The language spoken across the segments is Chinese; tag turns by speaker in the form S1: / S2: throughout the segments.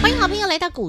S1: 欢迎好朋友来到股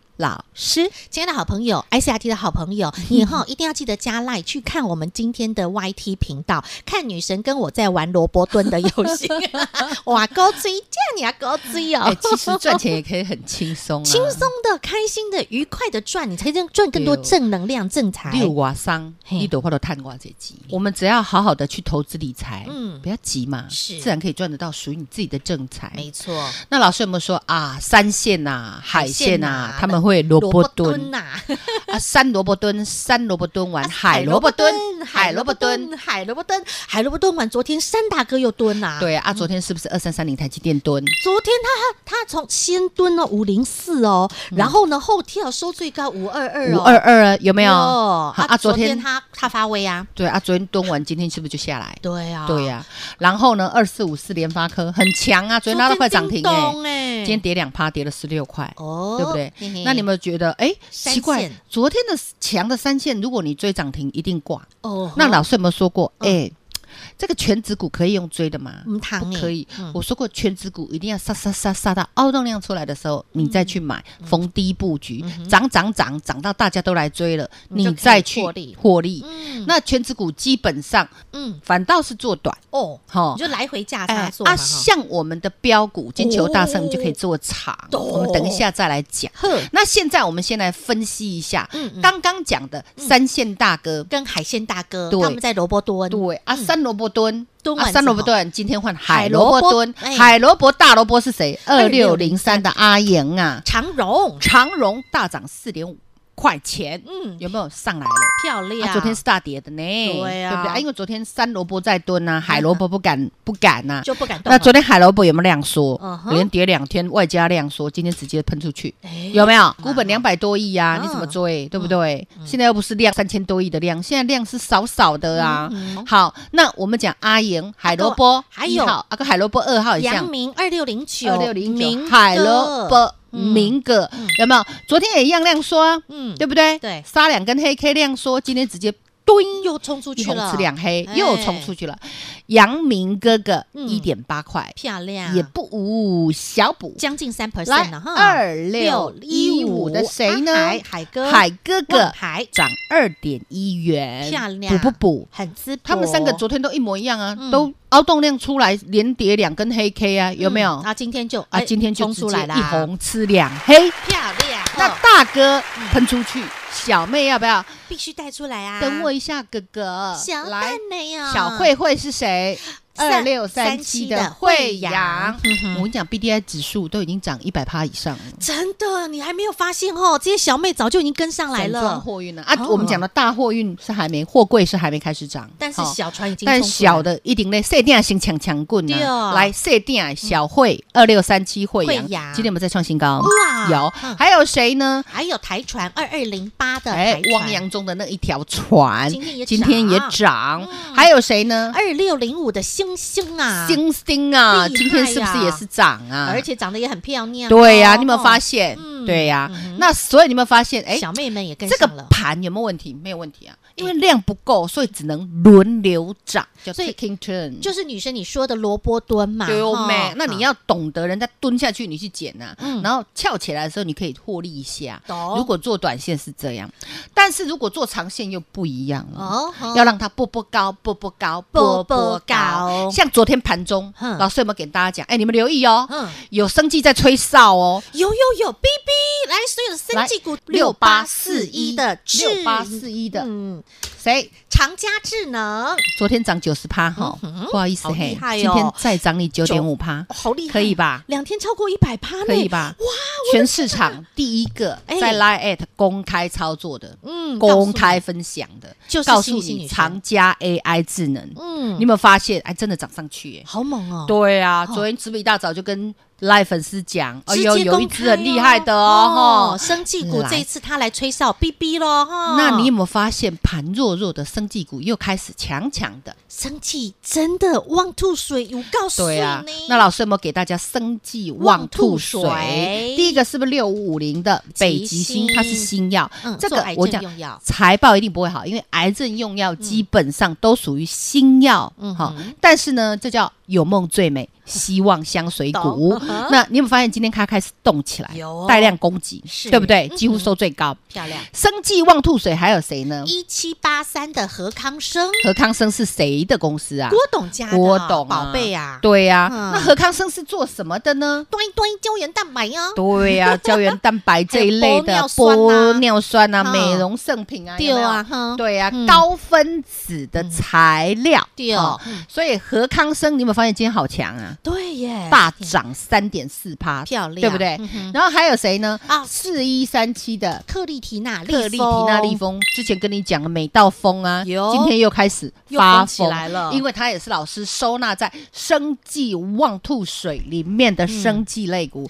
S2: 老师，
S1: 亲爱的好朋友，ICRT 的好朋 友，你以后一定要记得加赖去看我们今天的 YT 频道， 看女神跟我在玩萝卜蹲的游 戏。哇，高追，这样你要高追
S2: 哎、
S1: 哦，
S2: 其实赚钱也可以很轻松、啊，
S1: 轻松的、开心的、愉快的赚，你才能赚更多
S2: 对哦
S1: 正能量、正财。
S2: 哎六瓦商，
S1: 嘿
S2: 一朵花都探瓜这集，我们只要好好的去投资理财，
S1: 嗯
S2: 嗯，不要急嘛，
S1: 是
S2: 自然可以赚得到属于你自己的正财。
S1: 没错，
S2: 那老师有没有说啊，山线呐、海线呐、
S1: 海线啊
S2: 他们会萝卜蹲
S1: 呐、
S2: 啊，山萝卜蹲，山萝卜蹲完、
S1: 啊
S2: 海萝卜蹲，
S1: 海萝卜蹲，海萝卜蹲，海萝卜蹲完，昨天山大哥又蹲啦、
S2: 对啊，昨天是不是二三三零台积电蹲？
S1: 昨天他他从先蹲了五零四哦，然后呢后跳收最高五二二
S2: 嗯五
S1: 哦，
S2: 二二啊有没有？
S1: 哦
S2: 好
S1: 啊，
S2: 啊，
S1: 昨
S2: 昨
S1: 天
S2: 天
S1: 他他发威啊，
S2: 对啊，昨天蹲完，今天是不是就下来？
S1: 对啊，
S2: 对，呀，然后呢，二四五四联发科很强啊，昨天拉到快涨停哎，
S1: 哎，
S2: 今天跌两趴，跌了十六块。
S1: 哦，
S2: 对不对
S1: 嘿嘿？
S2: 那你有没有觉得，哎，
S1: 三
S2: 奇怪
S1: 线，
S2: 昨天的强的三线，如果你追涨停，一定挂。
S1: 哦，
S2: 那老师有没有说过，
S1: 嗯
S2: 哎，这个全指股可以用追的吗？
S1: 唔糖
S2: 不
S1: 哎
S2: 可以
S1: 嗯。
S2: 我说过，全指股一定要杀杀杀杀到凹动量出来的时候，你再去买，逢低布局，涨涨涨涨到大家都来追了，
S1: 你就
S2: 你
S1: 可以
S2: 再去
S1: 获利
S2: 获利。
S1: 嗯
S2: 那全指股基本上
S1: 嗯
S2: 反倒是做短，
S1: 哦，
S2: 哈
S1: 你。就来回价差做嘛
S2: 啊，
S1: 哈
S2: 像我们的标股金球大圣
S1: 哦
S2: 就可以做长，
S1: 懂
S2: 我们等一下再来讲。
S1: 呵，
S2: 那现在我们先来分析一下
S1: 嗯嗯，
S2: 刚刚讲的三线大哥，
S1: 跟海鲜大哥
S2: 对
S1: 他们在萝卜蹲，
S2: 对啊，三萝卜蹲，
S1: 蹲完
S2: 啊，
S1: 之后
S2: 三萝卜蹲，今天换
S1: 海
S2: 海
S1: 萝卜
S2: 萝卜蹲，
S1: 哎
S2: 海萝卜大萝卜是谁？二六零
S1: 2603
S2: 三的阿莹啊，
S1: 长荣，
S2: 长荣大涨四点五块钱，
S1: 嗯，
S2: 有没有上来了？
S1: 漂亮，
S2: 啊，昨天是大跌的呢，
S1: 对啊
S2: 不对？啊，因为昨天三萝卜在蹲啊，海萝卜不敢不敢呐、
S1: 就不敢动了，
S2: 那昨天海萝卜有没有量缩
S1: 嗯？哼
S2: 连跌两天，外加量缩，今天直接喷出去，
S1: 哎
S2: 有没有？股
S1: 嗯
S2: 本两百多亿呀，
S1: 嗯
S2: 你怎么追？对不对？现在又不是量三千多亿的量，现在量是少少的啊
S1: 嗯嗯。
S2: 好，那我们讲阿莹、海萝卜
S1: 哦还
S2: 一
S1: 有
S2: 号，啊，跟海萝卜二号一
S1: 阳
S2: 样，
S1: 明二六零九，
S2: 二六零
S1: 明
S2: 九海
S1: 哥
S2: 萝，卜明哥有没有？昨天也一样量缩啊，
S1: 嗯，
S2: 对不对？
S1: 对
S2: 杀两根黑 K 量缩，今天直接蹲
S1: 又冲出
S2: 一
S1: 去
S2: 红
S1: 了
S2: 吃，两黑，
S1: 哎
S2: 又冲出去了。阳明哥哥
S1: 嗯
S2: 一点八块，
S1: 漂亮，
S2: 也不无小补。
S1: 将近三 percent
S2: 来
S1: 了哈，
S2: 二六一五的谁呢？
S1: 阿啊海海哥，
S2: 海哥
S1: 望
S2: 哥
S1: 海
S2: 涨二点一元，
S1: 漂亮
S2: 补不补？
S1: 很滋补，
S2: 他们三个昨天都一模一样啊，
S1: 哦嗯
S2: 都凹动量出来，连跌两根黑 K 啊，有没有？
S1: 嗯啊，今天就
S2: 啊，
S1: 哎
S2: 今天就
S1: 冲
S2: 直
S1: 出
S2: 接
S1: 来啦，嗯
S2: 一红吃两黑。
S1: 漂亮，
S2: 那
S1: 哦
S2: 大哥喷出去，小妹要不要？
S1: 必须带出嗯来啊！
S2: 等我一下，哥哥
S1: 小
S2: 来
S1: 蛋。啊没有，
S2: 小慧慧是谁？二
S1: 三
S2: 六三
S1: 37
S2: 七
S1: 的
S2: 的
S1: 惠
S2: 惠
S1: 阳
S2: 阳，
S1: 嗯
S2: 嗯我跟你讲，B D I 指数都已经涨一百趴以上了，
S1: 真的，你还没有发现哦，这些小妹早就已经跟上来
S2: 散装
S1: 了，
S2: 货运呢
S1: 哦
S2: 啊，我们讲的大货运是还没，货柜是还没开始涨，
S1: 但是
S2: 哦
S1: 小船已经冲
S2: 但
S1: 出来，
S2: 小的一定嘞，设定啊先强强棍
S1: 啊对哦
S2: 啊，来设定小惠二六三七惠阳
S1: 惠阳，
S2: 今天我们再创新高，
S1: 哇
S2: 有
S1: 嗯，
S2: 还有谁呢？哎
S1: 还有台船二二零八的台
S2: 汪
S1: 船
S2: 洋中的那一条船
S1: 今天也，
S2: 今天也
S1: 涨
S2: 涨
S1: 嗯，
S2: 还有谁呢？
S1: 二六零五的星星啊，
S2: 星星啊，
S1: 厉害
S2: 今天是不是
S1: 呀
S2: 也是涨啊？
S1: 而且长得也很漂亮哦。
S2: 对呀、你有没有发
S1: 现？
S2: 现？
S1: 嗯
S2: 对呀、
S1: 嗯哼
S2: 那所以你有没有发现？哎，
S1: 小妹们也跟
S2: 这个
S1: 上了，哎
S2: 盘有没有问题？没有问题啊，因为量不够，所以只能轮流涨，叫
S1: 所以
S2: taking turn。
S1: 就是女生你说的萝卜蹲嘛。
S2: 丢
S1: 哈
S2: 哦妹，那你
S1: 啊
S2: 要懂得人家蹲下去，你去捡呐、
S1: 嗯
S2: 然后翘起来的时候，你可以获利一下。
S1: 懂
S2: 如果做短线是这样，但是如果做长线又不一样了。
S1: 哦，哦
S2: 嗯要让它波波高，波波高，
S1: 波波
S2: 波波
S1: 高
S2: 高。像昨天盘中
S1: 哼，
S2: 老师有没有给大家讲？哎，你们留意哦
S1: 嗯，
S2: 有生计在吹哨哦。
S1: 有有有，B B，来所有的生技股
S2: 来
S1: 6841的智
S2: 六八四一的
S1: 嗯，
S2: 谁？
S1: 长家智能，
S2: 昨天涨九十趴哈
S1: 嗯哼，
S2: 不好意思
S1: 好
S2: 嘿
S1: 厉，害哦
S2: 今天再涨你九点五趴，
S1: 哦好厉害，
S2: 可以吧？
S1: 两天超过一百趴，
S2: 可以？吧？哇，全市场第一个
S1: 哎
S2: 在 Line at 公开操作的、
S1: 嗯，
S2: 公开
S1: 告
S2: 分享的，
S1: 就是
S2: 告
S1: 信
S2: 诉
S1: 息女
S2: 你
S1: 神
S2: 长加 AI 智能，
S1: 诉你，嗯，
S2: 你有没有发现？哎，真的涨上去耶！
S1: 好猛哦，
S2: 对啊，
S1: 哦
S2: 昨天慈比一大早就跟 Line 粉丝讲，哎
S1: 直
S2: 呦，
S1: 接
S2: 有一
S1: 公
S2: 只
S1: 开啊
S2: 很厉害的哦，哈。
S1: 生技股
S2: 来
S1: 这一次他来吹哨逼逼咯哈。
S2: 那你有没有发现盘弱弱的生技股又开始强强的？
S1: 生技真的忘吐水有告诉
S2: 对
S1: 你
S2: 啊，那老师有没有给大家生计旺吐水？
S1: 旺吐水
S2: 第一个是不是六五五零的北极
S1: 极
S2: 星？
S1: 星
S2: 它是新药，
S1: 嗯
S2: 这
S1: 做
S2: 个
S1: 癌
S2: 我
S1: 症
S2: 讲
S1: 用药
S2: 财报一定不会好，因为癌症用药基本上都属于新药，
S1: 嗯
S2: 好、但是呢，这叫有梦 最美，希望相随股。那你有没有发现今天它开始动起来？
S1: 嗯有哦
S2: 带量供给，
S1: 是
S2: 对不对？
S1: 嗯
S2: 几乎收最高。
S1: 漂亮，
S2: 生计旺吐水还有谁呢？
S1: 一七八三的何康生，
S2: 和康生是谁的公司啊？
S1: 郭董家的
S2: 郭董啊
S1: 宝贝啊，
S2: 对呀、
S1: 嗯
S2: 那和康生是做什么的呢？
S1: 端一端一胶原蛋白啊，
S2: 对呀、胶原蛋白这一类 的啊
S1: 还有玻
S2: 玻尿酸啊、
S1: 嗯
S2: 美容圣品啊，
S1: 对啊，
S2: 啊，
S1: 哈，
S2: 对呀、
S1: 嗯
S2: 高分子的材料，
S1: 对
S2: 哦所以和康生，你有没有发现今天好强啊？
S1: 对耶，
S2: 大涨三点四趴，
S1: 哎漂亮
S2: 对不对
S1: 嗯哼？
S2: 然后还有谁呢？
S1: 啊
S2: 四一三七的
S1: 克利提娜，
S2: 克利提纳利
S1: 丰
S2: 风，之前跟你讲的美到风啊，
S1: 有
S2: 今天又开始
S1: 又
S2: 发
S1: 疯起来了
S2: 因为它也是老师收纳在生计旺吐水里面的
S1: 嗯
S2: 生计类股。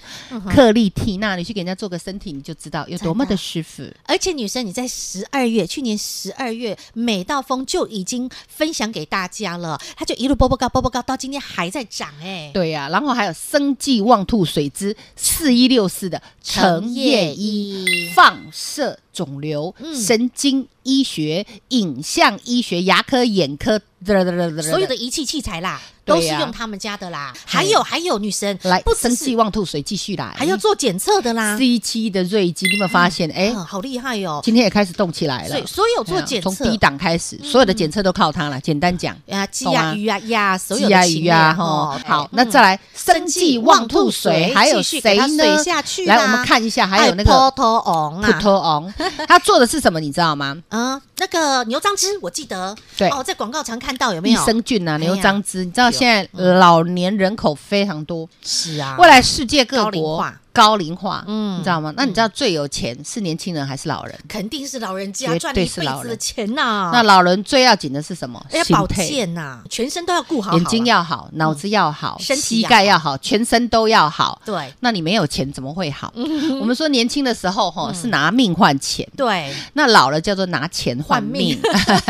S2: 克利提纳，你去给人家做个身体，你就知道有多么的舒服。
S1: 而且女生，你在十二月，去年十二月，美到风就已经分享给大家了，它就一路波波高，波波高，到今天还在涨哎、
S2: 对呀、然后还有生计旺吐水之四一六四的成业
S1: 医
S2: 放射肿瘤、
S1: 嗯
S2: 神经医学、影像医学、牙科、眼科，
S1: 所
S2: 所
S1: 有的仪器器材啦，
S2: 对
S1: 都是
S2: 呀
S1: 用他们家的啦。
S2: 对
S1: 还有还有，女生
S2: 来
S1: 不只
S2: 生
S1: 是
S2: 计旺吐水继续来，
S1: 还要做检测的啦，
S2: C 七的瑞基，你有没有发现？哎、
S1: 啊嗯好厉害哦！
S2: 今天也开始动起来
S1: 所
S2: 了
S1: 以。所有
S2: 哎
S1: 做
S2: 呀
S1: 检
S2: 从低
S1: 测嗯
S2: 档开始，所有的检测都靠它了。简单讲，
S1: 啊，鸡
S2: 懂
S1: 啊
S2: 吗
S1: 鱼啊鸭啊，所有
S2: 鸡
S1: 的
S2: 啊
S1: 禽
S2: 鱼
S1: 类
S2: 啊，
S1: 哦
S2: 哈，好
S1: 哎，
S2: 那再来生计旺吐水，还有
S1: 继续给
S2: 谁
S1: 它
S2: 呢
S1: 水？下去啦
S2: 来，我们看一下，还有那
S1: 爱
S2: 个
S1: 波头昂
S2: 普
S1: 啊，
S2: 托 昂，他做的是什么？你知道吗？
S1: 嗯，那个牛樟芝我记得，
S2: 对
S1: 哦，在广告常看到有没
S2: 益
S1: 有？
S2: 生菌啊，
S1: 哎呀
S2: 牛樟芝，你知道现在老年人口非常多，
S1: 是啊，
S2: 未来世界各
S1: 高龄
S2: 国
S1: 化
S2: 高龄化，
S1: 嗯
S2: 你知道吗？那你知道最有钱是年轻人还是老人？
S1: 肯定是老人
S2: 绝
S1: 家
S2: 对
S1: 赚了一
S2: 是
S1: 辈
S2: 老
S1: 子的
S2: 人
S1: 钱呐。
S2: 那老人最要紧的是什么？
S1: 哎呀，
S2: 心
S1: 啊保
S2: 态
S1: 健呐，全身都要顾好，啊嗯
S2: 眼睛。要好，脑子要好，
S1: 身体
S2: 膝
S1: 要
S2: 盖要好，全身都要好。
S1: 对
S2: 那你没有钱怎么会好？
S1: 嗯
S2: 我们说年轻的时候哈、是拿命换钱，
S1: 对，
S2: 那老了叫做拿钱换命，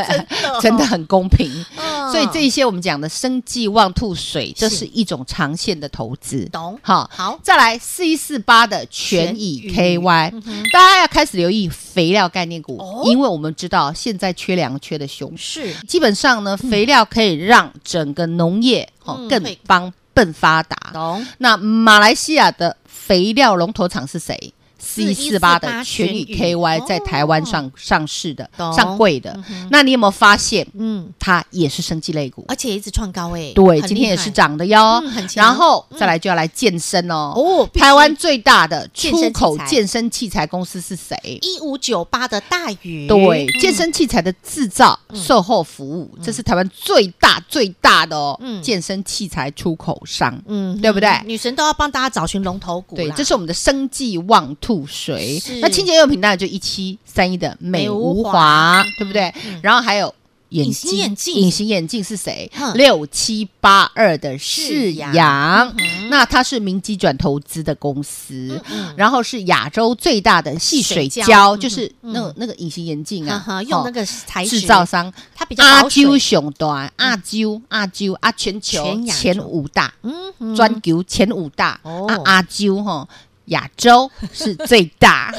S2: 真的很公平。
S1: 哦嗯
S2: 所以这一些我们讲的生计旺吐水，这
S1: 是
S2: 是一种长线的投资。
S1: 嗯懂
S2: 好，
S1: 好
S2: 再来四一四八的全
S1: 全
S2: 乙
S1: 乙
S2: KY，、大家要开始留意肥料概念股，
S1: 嗯哦
S2: 因为我们知道现在缺粮缺的凶
S1: 是
S2: 基本上呢，肥料可以让整个农业哦、
S1: 嗯
S2: 更
S1: 会
S2: 帮更发达。
S1: 懂
S2: 那马来西亚的肥料龙头厂是谁？四一四八
S1: 4148
S2: 的全宇
S1: 全宇哦
S2: KY 在台湾上、上市的
S1: 懂、
S2: 上柜的。那你有没有发现
S1: 嗯，
S2: 它也是生技类股？
S1: 而且一直创高哎，
S2: 对，
S1: 很
S2: 今天也
S1: 厉害
S2: 是涨的哟。
S1: 嗯很强
S2: 然后再来就要来健身哦。
S1: 哦，
S2: 台湾最大的
S1: 健身
S2: 出
S1: 器
S2: 口
S1: 材
S2: 健身器材公司是谁？
S1: 一五九八的大鱼，
S2: 对，
S1: 嗯
S2: 健身器材的制造、售后服务，这是台湾最大最大的哦，
S1: 嗯
S2: 健身器材出口商。
S1: 嗯
S2: 对不对
S1: 女神都要帮大家找寻龙头股啦，
S2: 对，这是我们的生计旺吐水
S1: 是。
S2: 那清洁用品当然就一七三一的美
S1: 美
S2: 无
S1: 无
S2: 华
S1: 华，嗯
S2: 对不对？然后还有。眼
S1: 隐形
S2: 镜，
S1: 眼镜
S2: 隐形眼镜是谁
S1: 哼？
S2: 六七八二的世
S1: 世阳嗯
S2: 阳，那它是明基转投资的公司，然后是亚洲最大的细
S1: 嗯
S2: 水
S1: 水胶
S2: 胶，
S1: 嗯
S2: 就是那个那个隐形眼镜
S1: 哈
S2: 啊
S1: 哈，，用
S2: 哦
S1: 那个材质
S2: 制造，商
S1: 它比较
S2: 阿
S1: 保
S2: 啾
S1: 水，嗯
S2: 熊端，阿啾阿啾啊，全球
S1: 全亚洲
S2: 前五大，
S1: 嗯嗯
S2: 全球前五大，
S1: 哦
S2: 啊阿啾哈，亚洲是最 大，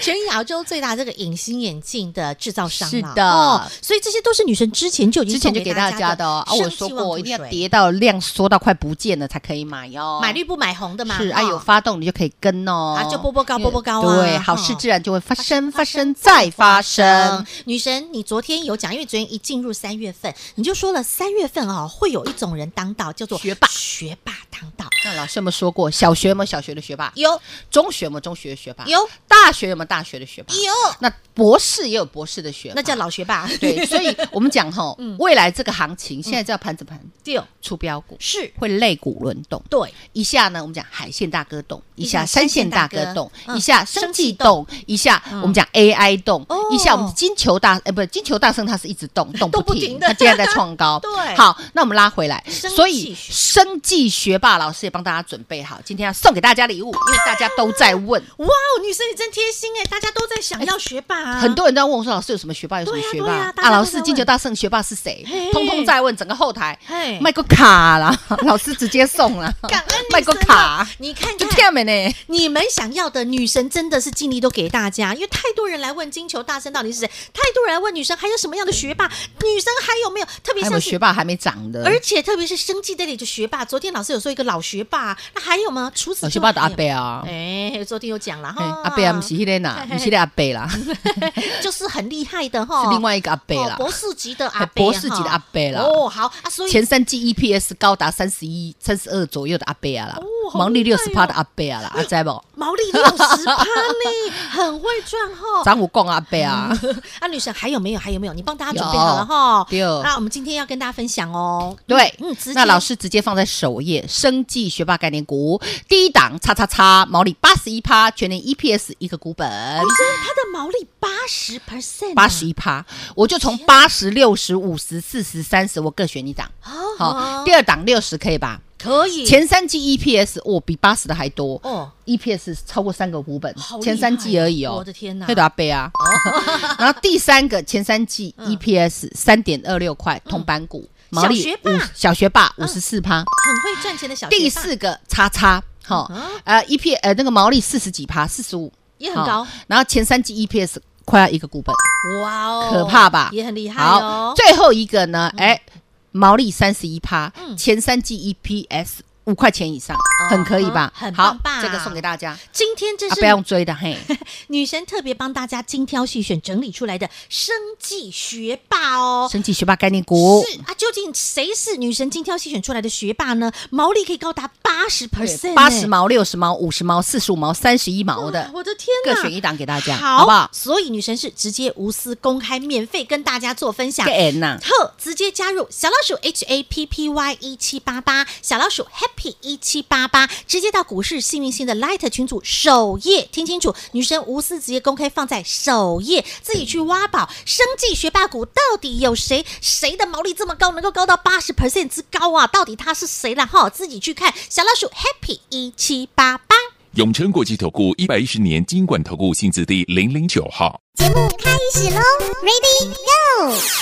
S1: 全亚洲最大这个隐形眼镜的制造商啦
S2: 是的
S1: 哦，所以这些都是女神之前就已经
S2: 之前就
S1: 送
S2: 给大家的哦，啊，我
S1: 生
S2: 说
S1: 气
S2: 过
S1: 旺
S2: 一定要
S1: 水，
S2: 跌到量缩到快不见了才可以买哟，
S1: 买绿不买红的嘛，
S2: 是啊，
S1: 哦
S2: 有发动你就可以跟哦，
S1: 啊就波波高
S2: 因为
S1: 波波高啊
S2: 对，
S1: 哈
S2: 好事自然就会发生，发
S1: 发
S2: 生
S1: 生
S2: 再发
S1: 嗯
S2: 生，，
S1: 女神，你昨天有讲，因为昨天一进入三月份，你就说了三月份哦，会有一种人当道，叫做
S2: 学霸
S1: 学霸当道。
S2: 那老师有没有说过，小学有没有小学的学霸？霸？
S1: 有
S2: 中学有没有中学的学霸？
S1: 有。
S2: 大学有没有大学的学霸？
S1: 有，
S2: 那博士也有博士的学霸。
S1: 那叫老学霸。
S2: 对，所以我们讲吼
S1: 嗯，
S2: 未来这个行情现在叫盘子盘
S1: 对，
S2: 出标股，
S1: 是，
S2: 会肋骨轮动。
S1: 对，
S2: 一下呢，我们讲海线大哥动，一
S1: 一
S2: 下
S1: 下
S2: 三线大哥动，
S1: 山线大哥嗯
S2: 一下生技动，一下我们讲 AI 动
S1: 哦，
S2: 一下我们金球大，呃，不是金球大圣，它是一直动， 动
S1: 动
S2: 不
S1: 不
S2: 停，
S1: 停的。
S2: 它竟然在创高
S1: 对
S2: 好，那我们拉回来，
S1: 生技
S2: 所以
S1: 学
S2: 生技学霸老师也帮大家准备好，今天要送给大家礼物，因为大家都在问，
S1: 哇哦，女生你真贴心哎，大家都在想要学霸啊，
S2: 很多人都在问我说，老师有什么学霸，有什么
S1: 对啊
S2: 学
S1: 对
S2: 霸
S1: 啊大家都
S2: 老
S1: 在
S2: 师
S1: 问
S2: 金球大圣学霸是谁
S1: 嘿？
S2: 通通在问，整个后台
S1: 嘿
S2: 卖个 卡啦，老师直接送啦，
S1: 感恩
S2: 嗯卖
S1: 卖
S2: 个卡，
S1: 你看
S2: 就
S1: 看
S2: 这样的呢。
S1: 你们想要的女神真的是尽力都给大家，因为太多人来问金球大神到底是谁，太多人来问女神还有什么样的学霸，女生还有没有？特别
S2: 还有没
S1: 像
S2: 有哎学
S1: 是，
S2: 霸还没涨的？
S1: 而且特别是生计这里的学霸，昨天老师有说一个老学霸，那还有吗？除此
S2: 有
S1: 之
S2: 哦学
S1: 外
S2: 霸的阿伯，啊，
S1: 哎，昨天有讲了
S2: 嘿
S1: 哈，
S2: 阿伯啊，不是迄个呐，不是迄个阿伯啦，是
S1: 就是很厉害的哈，
S2: 另外一个阿伯
S1: 哦
S2: 啦，哎
S1: 博士级的阿伯，
S2: 博士级的阿伯啦
S1: 哈哦，好啊，所以
S2: 前三季 EPS 高达三十一、三十二左右的阿伯啊啦
S1: 哦，好
S2: 毛利
S1: 厉
S2: 六
S1: 害
S2: 十
S1: 哦
S2: 趴的阿伯啊啦，阿仔不？
S1: 毛利六十趴呢，很会赚哈。
S2: 张武贡阿伯啊，
S1: 啊，女神还有没有？还有没有？你帮大家准备
S2: 有
S1: 好了哈。
S2: 对
S1: 那我们今天要跟大家分享哦。
S2: 对
S1: 嗯，直接
S2: 那老师直接放在首页，生技学霸概念股，第一档叉叉叉，毛利八十一趴，全年 EPS 一个股本。
S1: 女生她的毛利八十 percent，
S2: 八十一趴，我就从
S1: 啊
S2: 八十、六十、五十、四十、三十，我各选一档。
S1: 哦，
S2: 好，
S1: 好，
S2: 第二档六十可以吧？
S1: 可以
S2: 前三季 EPS 哦比八十的还多 E
S1: 哦
S2: ，EPS 超过三个股本
S1: 好，厉害啊
S2: 前三季而已哦。
S1: 我的天哪哦
S2: 黑达贝啊！ 然后第三个前三季 EPS 三点二六块，同板股，毛利
S1: 嗯小学霸嗯
S2: 50小学霸五十四趴。
S1: 很会赚钱的小学霸
S2: 第四个叉叉，好
S1: 嗯哼，
S2: 呃 EP 呃那个毛利四十几趴，四十五
S1: 也很高，
S2: 然后前三季 EPS 快要一个股本，
S1: 哇哦，
S2: 可怕吧
S1: 也很厉害
S2: 好
S1: 哦，。
S2: 最后一个呢，哎，毛利三十一趴，
S1: 嗯
S2: 前三季 EPS 五块钱以上，很可以吧？
S1: 嗯很
S2: 好
S1: 棒吧，
S2: 这个送给大家，啊，
S1: 今天这是
S2: 不用追的嘿。
S1: 女神特别帮大家精挑细选整理出来的生计学霸哦。
S2: 生技学霸概念股，
S1: 是啊，究竟谁是女神精挑细选出来的学霸呢？毛利可以高达八十 percent，
S2: 八十毛、六十毛、五十毛、四十五毛、三十一毛的，
S1: 我的天
S2: 各
S1: 哪！
S2: 选一档给大家，
S1: 好，
S2: 好不好？
S1: 所以女神是直接无私、公开、免费跟大家做分享
S2: 给。N 啊嗯呐，
S1: 特直接加入小老鼠 H A P P Y 一七八八，小老鼠 Happy 一七八八，直接到股市幸运星的 Light 群组首页，听清楚，女神无私直接公开放在首页，自己去挖宝。生计学霸股到底有谁？谁的毛利这么高，能够高到八十 percent 之高啊？到底他是谁了哈？自己去看小老鼠 Happy 一七八八。
S3: 永诚国际投顾一百一十年金管投顾性质第零零九号。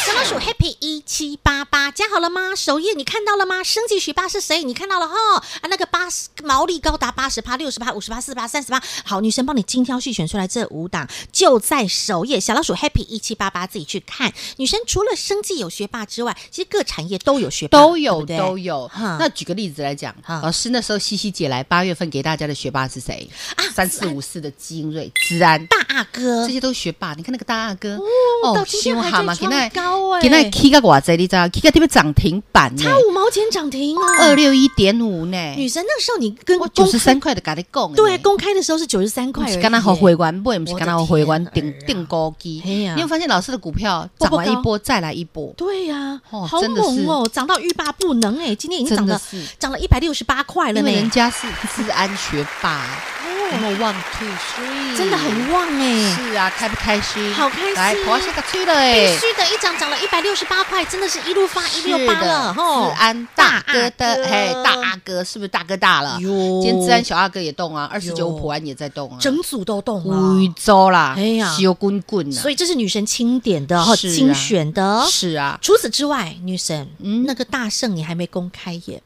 S1: 小老鼠 Happy 一七八八加好了吗？首页你看到了吗？升级学霸是谁？你看到了哈？啊，那个八十毛利高达八十趴、六十趴、五十趴、四十趴、三十趴。好，女生帮你精挑细选出来这五档，就在首页。小老鼠 Happy 一七八八自己去看。女生除了生计有学霸之外，其实各产业都有学霸，
S2: 都有
S1: 对不对
S2: 啊都有。
S1: 哈
S2: 那举个例子来讲，
S1: 哈
S2: 老师那时候西西姐来八月份给大家的学霸是谁？三四五四的精锐资安。
S1: 啊大阿哥
S2: 这些都学霸，你看那个大阿哥
S1: 嗯哦
S2: 哦
S1: 到今天还在创高哎
S2: 给那 K 个寡仔，你知道 K 个这边涨停板呢
S1: 差，五毛钱涨停啊！
S2: 二六一点五呢，
S1: 女生那个时候你跟
S2: 我
S1: 公
S2: 九十三块的跟你讲，
S1: 对啊公开的时候是九十三块而已耶，
S2: 刚刚好回完买，不是刚刚好回完
S1: 我的天
S2: 定
S1: 儿啊
S2: 定高基，
S1: 嘿呀
S2: 你有发现老师的股票
S1: 步
S2: 涨
S1: 步
S2: 完一
S1: 高
S2: 波再来一波，
S1: 对呀、
S2: 哦
S1: 好
S2: 真的是
S1: 猛哦，涨到欲罢不能哎！今天已经
S2: 真
S1: 涨
S2: 的
S1: 了
S2: 是
S1: 涨了一百六十八块了
S2: 因
S1: 呢
S2: 为，人家是治安学霸，有
S1: 哦，
S2: 没有 one two three？
S1: 真的很旺哎，
S2: 嗯是啊，开不开心？
S1: 好开心
S2: 来，跑下个吹了
S1: 必
S2: 哎。
S1: 须的，一涨涨了一百六十八块，真的是一路发一
S2: 是
S1: 六
S2: 的，啊
S1: 八了
S2: 治
S1: 吼。
S2: 安大哥
S1: 大
S2: 的，
S1: 哥
S2: 嘿，大阿哥是不是大哥大了？
S1: 哟
S2: 今天治安小阿哥也动啊，二十九
S1: 哟
S2: 普安也在动啊，
S1: 整组都动
S2: 贵
S1: 了，
S2: 州啦，
S1: 哎呀
S2: 小滚滚啊
S1: 所，以哦这是女神清点的哈，
S2: 是啊
S1: 精选的。
S2: 是啊，
S1: 除此之外，女神，
S2: 嗯
S1: 那个大圣你还没公开耶，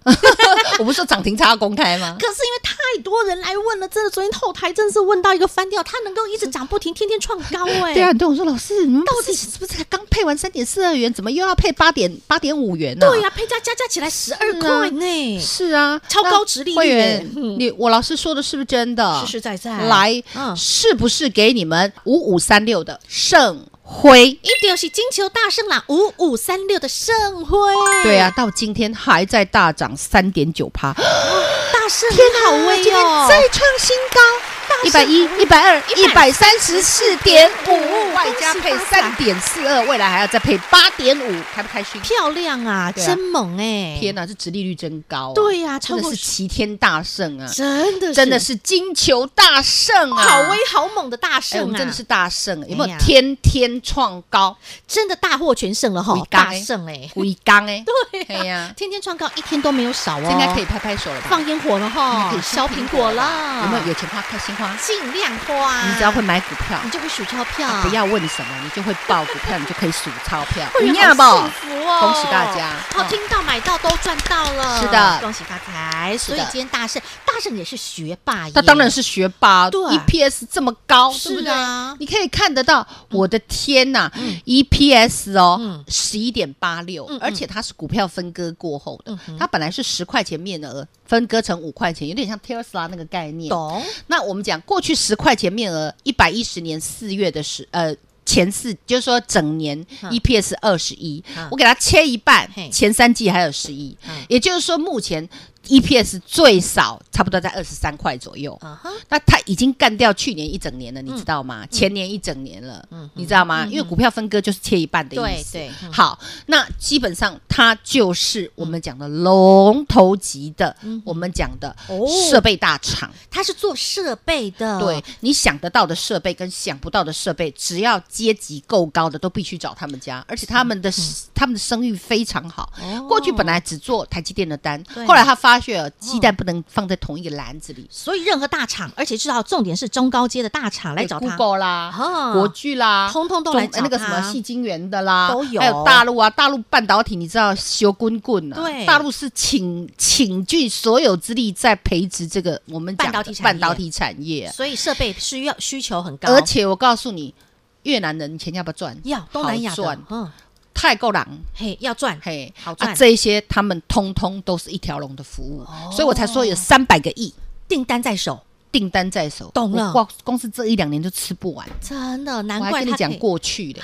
S2: 我不是说涨停差要公开吗？
S1: 可是因为太多人来问了，真的，昨天后台真的是问到一个翻掉，它能够一直涨不停，天天创高哎。
S2: 对啊，很多人说老师，你们到底是不是才刚配完三点四二元，怎么又要配八点八点五元呢？
S1: 对呀、配加加加起来十二块呢，
S2: 是啊，
S1: 超
S2: 那
S1: 高值利率
S2: 会员
S1: 耶，嗯
S2: 你我老师说的是不是真的？
S1: 实实在在
S2: 来，
S1: 嗯
S2: 是不是给你们五五三六的盛辉。
S1: 一定是金球大胜啦，五五三六的盛辉，
S2: 对啊，到今天还在大涨三点九趴，
S1: 大胜很好威哦，
S2: 再创新高，一百一、一百二、一百三十四点五，外加配三点四二，未来还要再配八点五，开不开心？
S1: 漂亮啊，
S2: 对啊
S1: 真猛哎、
S2: 天哪，这殖利率真高、啊！
S1: 对呀
S2: 真
S1: 超
S2: 的
S1: 过
S2: 是齐天大圣啊！
S1: 真的
S2: 真的是金球大圣啊！
S1: 好威好猛的大胜
S2: 哎，
S1: 啊，
S2: 我们真的是大圣，有没
S1: 哎
S2: 有
S1: 呀
S2: 天天创高？
S1: 真的大获全胜了哈
S2: 鬼，刚
S1: 大
S2: 欸
S1: 胜哎、
S2: 龟缸 哎，
S1: 对
S2: 哎呀，
S1: 天天创高一天都没有少哦，
S2: 现在可以拍拍手了吧？
S1: 放烟火了
S2: 应该
S1: 哈
S2: 哦可以，吃
S1: 削苹果了，
S2: 有没有有钱花开心花？
S1: 尽量花？
S2: 你只要会买股票，
S1: 你啊就会数钞票，
S2: 不要问什么，你就会报股票，你就可以数钞票，
S1: 会员
S2: 你要
S1: 好幸福哦！
S2: 恭喜大家
S1: 好
S2: 嗯
S1: 听到买到都赚到了，
S2: 是的
S1: 恭喜发财！所以
S2: 的
S1: 今天大圣，大圣也是学霸耶，
S2: 他当然是学霸
S1: 对
S2: ，EPS 这么高，对不
S1: 是
S2: 对？
S1: 啊，
S2: 你可以看得到，我的天呐、e p s 哦
S1: 嗯，
S2: 十一点八六
S1: 嗯嗯，
S2: 而且它是股票分割过后的
S1: 嗯，哼
S2: 它本来是十块钱面额，分割成五块钱，有点像 Tesla 那个概念。
S1: 懂
S2: 那我们讲过去十块钱面额，一百一十年四月的时呃。前四就是说整年
S1: 嗯
S2: EPS 二十一
S1: 嗯，
S2: 我给它切一半
S1: 嘿，
S2: 前三季还有十一
S1: 嗯，
S2: 也就是说目前 EPS 最少差不多在二十三块左右。
S1: 啊嗯哈，
S2: 那他已经干掉去年一整年了，你知道吗？前年一整年了，
S1: 嗯
S2: 你知道吗？因为股票分割就是切一半的意
S1: 对
S2: 思。
S1: 对嗯
S2: 好，那基本上它就是我们讲的龙头级的，我们讲的
S1: 嗯哦
S2: 设备大厂。
S1: 他是做设备的，
S2: 对，你想得到的设备跟想不到的设备，只要阶级够高的，都必须找他们家，而且他们的、他们的声誉非常好。
S1: 嗯哦
S2: 过去本来只做台积电的单
S1: 对，
S2: 后来他发觉鸡蛋不能放在同一个篮子里，
S1: 所以任何大厂，而且知道重点是中高阶的大厂来找他，
S2: Google 啦、
S1: 啊
S2: 国巨啦，
S1: 通通都来
S2: 中
S1: 找
S2: 呃那个什
S1: 他
S2: 么细晶圆的啦，
S1: 都有
S2: 还有大陆啊，大陆半导体你知道修滚滚啊，
S1: 对
S2: 大陆是请请尽所有之力在培植这个我们讲的
S1: 半导体产业
S2: 半导体产业，
S1: 所以设备需要需求很高，
S2: 而且我告诉你。越南人钱要不要赚？
S1: 要东南亚
S2: 好
S1: 的
S2: 赚，。
S1: 嗯，
S2: 泰国人
S1: 嘿，要赚，
S2: 嘿，
S1: 好
S2: 啊，
S1: 赚，哦
S2: 这些他们通通都是一条龙的服务，所以我才说有三百个亿
S1: 订单在手，
S2: 订单在手。
S1: 懂了
S2: 我光公司这一两年就吃不完，
S1: 真的，难
S2: 我还
S1: 怪
S2: 跟你
S1: 他
S2: 讲
S1: 可以
S2: 过去 的。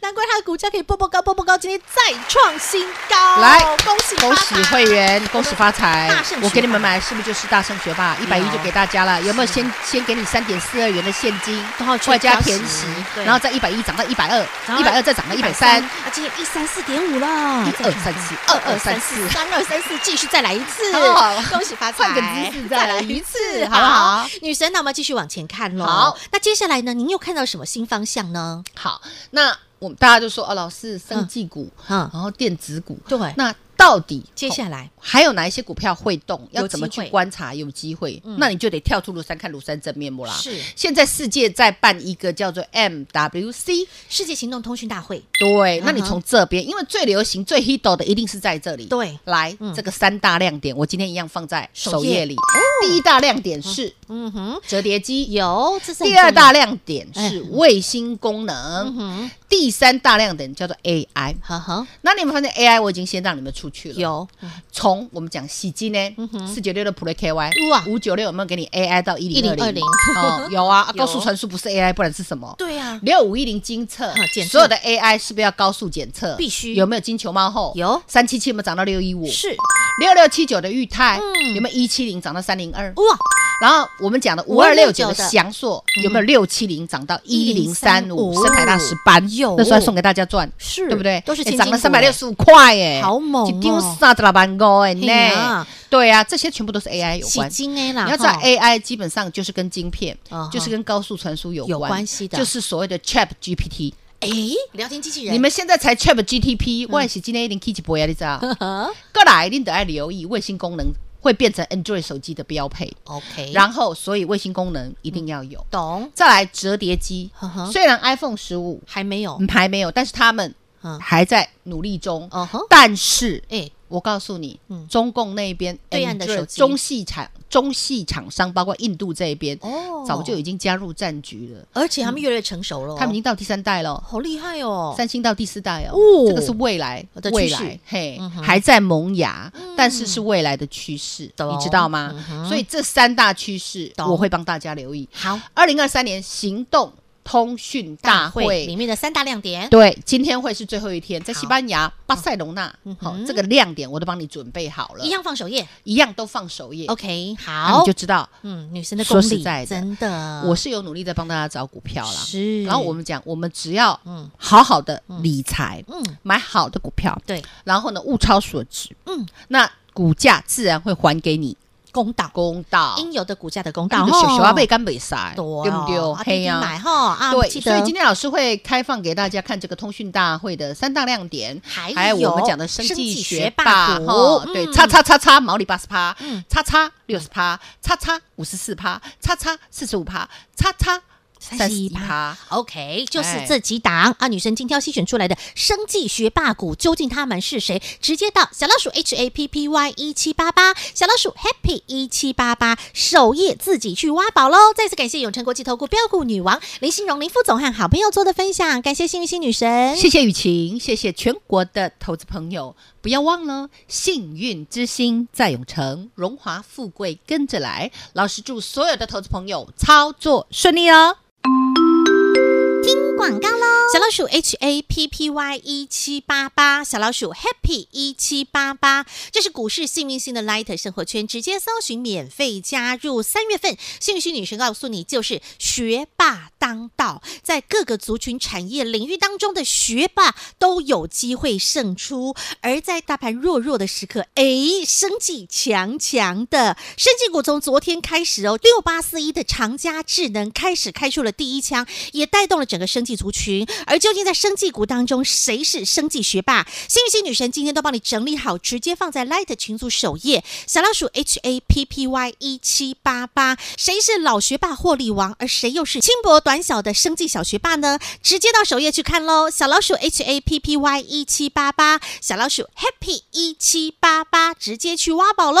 S1: 难怪它的股价可以波波高，波波高，今天再创新高，
S2: 来
S1: 恭喜
S2: 恭喜会员，恭喜发财
S1: 大圣！学霸
S2: 我给你们买是不是就是大圣学霸？一百一
S1: 有
S2: 就给大家了，有没有先先给你三点四二元的现金
S1: 然后，去
S2: 外加
S1: 标
S2: 填
S1: 识
S2: 息，
S1: 对
S2: 然后再一百一涨到一百
S1: 然
S2: 二，
S1: 后
S2: 一百二再涨到一百三，
S1: 啊，今天一三四点五了，
S2: 一二三四，
S1: 二
S2: 二
S1: 二
S2: 二
S1: 三
S2: 三
S1: 四
S2: 四，，
S1: 三二三四，继续再来一次
S2: 好，
S1: 恭喜发财，
S2: 换个姿势再来一次
S1: 再来
S2: 好不好？
S1: 女神，那我们继续往前看喽。
S2: 好，
S1: 那接下来呢？您又看到什么新方向呢？
S2: 好，那我们大家就说哦，老师，生技股，
S1: 嗯
S2: 然
S1: 嗯
S2: 后电子股，
S1: 对
S2: 那到底哦
S1: 接下来
S2: 还有哪一些股票会动？
S1: 有
S2: 要怎么
S1: 机会嗯
S2: 去观察有机会？那你就得跳出庐山看庐山真面目啦。
S1: 是
S2: 现在世界在办一个叫做 MWC，
S1: 世界行动通讯大会，
S2: 对，那你
S1: 嗯哼
S2: 从这边，因为最流行、最 hit 的一定是在这里。
S1: 对
S2: 来
S1: 嗯
S2: 这个三大亮点，我今天一样放在
S1: 首
S2: 首
S1: 页哦
S2: 页里。第一大亮点是
S1: 嗯哼，
S2: 折叠机，
S1: 有，这是很
S2: 第二
S1: 重要
S2: 大，亮点是卫星功
S1: 嗯
S2: 能，
S1: 哼，
S2: 第三大亮点叫做 AI。
S1: 呵呵，
S2: 那你们发现 AI 我已经先让你们出去了。
S1: 有，
S2: 从我们讲洗机呢，四九六的普瑞 KY，
S1: 哇
S2: 五九六有没有给你 AI 到一零
S1: 1020
S2: 哦，有啊，啊
S1: 有
S2: 高速传输不是 AI，不然是什么？
S1: 对啊，
S2: 六五一零精测
S1: 啊检测，
S2: 所有的 AI 是不是要高速检测？
S1: 必须
S2: 有没有金球猫后？
S1: 有
S2: 三七七有没有涨到六一五？
S1: 是，
S2: 六六七九的裕泰
S1: 嗯
S2: 有没有一七零涨到三零二？
S1: 哇，
S2: 然后我们讲的五二六九的翔硕有没有六七零涨到一零三五？
S1: 嗯
S2: 深海大石斑
S1: 有
S2: 那时候还送给大家赚，
S1: 是
S2: 对不对？
S1: 都是
S2: 哎
S1: 千金
S2: 涨了
S1: 股
S2: 三百六十五块耶，
S1: 好猛哦
S2: 一丢三十六万五哎
S1: 嘿呀
S2: 呢？对啊，这些全部都是 AI 有
S1: 洗
S2: 关。
S1: 金 A 啦，
S2: 你要知道哎
S1: 哈
S2: AI 基本上就是跟晶片
S1: 嗯哼，
S2: 就是跟高速传啊输有
S1: 有关系的
S2: 就是所谓的 Chat GPT。
S1: 哎，聊天机器人，
S2: 你们现在才 Chat GTP，我也是今天一定 K 一波呀，你知道？ 过来，你得爱留意卫星功能会变成 Android 手机的标配，
S1: OK，
S2: 然后所以卫星功能一定要有。
S1: 懂
S2: 再来折叠机
S1: 嗯哼，
S2: 虽然 iPhone 十五
S1: 还没有？
S2: 还没有，但是他们
S1: 嗯
S2: 还在努力中。
S1: 嗯哼，
S2: 但是
S1: 哎，
S2: 我告诉你
S1: 嗯，
S2: 中共那边哎
S1: 对岸的手机
S2: 中系厂、中系厂商，包括印度这边，
S1: 哦
S2: 早就已经加入战局了。
S1: 而且他们越来越成熟了哦，
S2: 他们已经到第三代了，
S1: 好厉害哦，
S2: 三星到第四代哦，
S1: 哦
S2: 这个是未来
S1: 的趋
S2: 未
S1: 势
S2: 来，嘿
S1: 嗯，哼嗯
S2: 还在萌芽，但是是未来的趋势，
S1: 懂
S2: 你知道吗
S1: 嗯哼？
S2: 所以这三大趋势
S1: 懂
S2: 我会帮大家留意。
S1: 好，
S2: 二零二三年行动通讯
S1: 大
S2: 大
S1: 会
S2: 会
S1: 里面的三大亮点，
S2: 对，今天会是最后一天，在西班牙巴塞隆纳
S1: 嗯，
S2: 好、
S1: 哼
S2: 这个亮点我都帮你准备好了，
S1: 一样放首页。
S2: 一样都放首页
S1: OK，
S2: 那
S1: 好
S2: 你就，知道
S1: 嗯，女生的功
S2: 说
S1: 力
S2: 实在的
S1: 真的，
S2: 我是有努力在帮大家找股票啦。
S1: 是，
S2: 然后我们讲，我们只要
S1: 嗯
S2: 好好的理财，
S1: 嗯
S2: 买好的股票，
S1: 对，
S2: 然后呢物超所值，
S1: 嗯，
S2: 那股价自然会还给你
S1: 公道，
S2: 公道。
S1: 应有的股价的公
S2: 那
S1: 道，
S2: 你的小小阿贝
S1: 吼
S2: 干北塞，对
S1: 对
S2: 不对
S1: 哦？啊
S2: 嘿
S1: 滴滴
S2: 呀
S1: 买，哈啊，
S2: 对，
S1: 记
S2: 所以
S1: 得
S2: 今天老师会开放给大家看这个通讯大会的三大亮点，
S1: 还
S2: 有
S1: 有
S2: 我们讲的
S1: 生
S2: 技
S1: 技
S2: 学
S1: 学霸股
S2: 哈，对，
S1: 嗯
S2: 叉叉叉叉毛利八十趴
S1: 嗯，
S2: 叉叉六十趴，叉叉五十四趴，叉叉四十五趴，叉叉三十一
S1: 31%
S2: 趴。
S1: OK，就是
S2: 哎
S1: 这几档啊，女生精挑细选出来的生计学霸股，究竟他们是谁？直接到小老鼠 H A P P Y 一七八八，小老鼠 Happy 一七八八首页自己去挖宝喽！再次感谢永诚国际投顾标股女王林心荣林副总和好朋友做的分享，感谢幸运星女神。
S2: 谢谢雨晴，谢谢全国的投资朋友，不要忘了，幸运之星在永城，荣华富贵跟着来。老师祝所有的投资朋友操作顺利哦。
S1: 广告喽！小老鼠 H A P P Y 一七八八，小老鼠 Happy 一七八八，这是股市幸运星的 Light 生活圈，直接搜寻免费加入。三月份幸运星女神告诉你，就是学霸当道，在各个族群、产业领域当中的学霸都有机会胜出。而在大盘弱弱的时刻，哎，生技强强的，生技股从昨天开始哦，六八四一的长佳智能开始开出了第一枪，也带动了整个生技族群。而究竟在生技股当中，谁是生技学霸？幸运星女神今天都帮你整理好，直接放在 Light 群组首页，小老鼠 H A P P Y 一七八八，谁是老学霸获利王，而谁又是轻薄短小的生技小学霸呢？直接到首页去看喽，小老鼠 H A P P Y 一七八八，小老鼠 Happy 一七八八，直接去挖宝喽。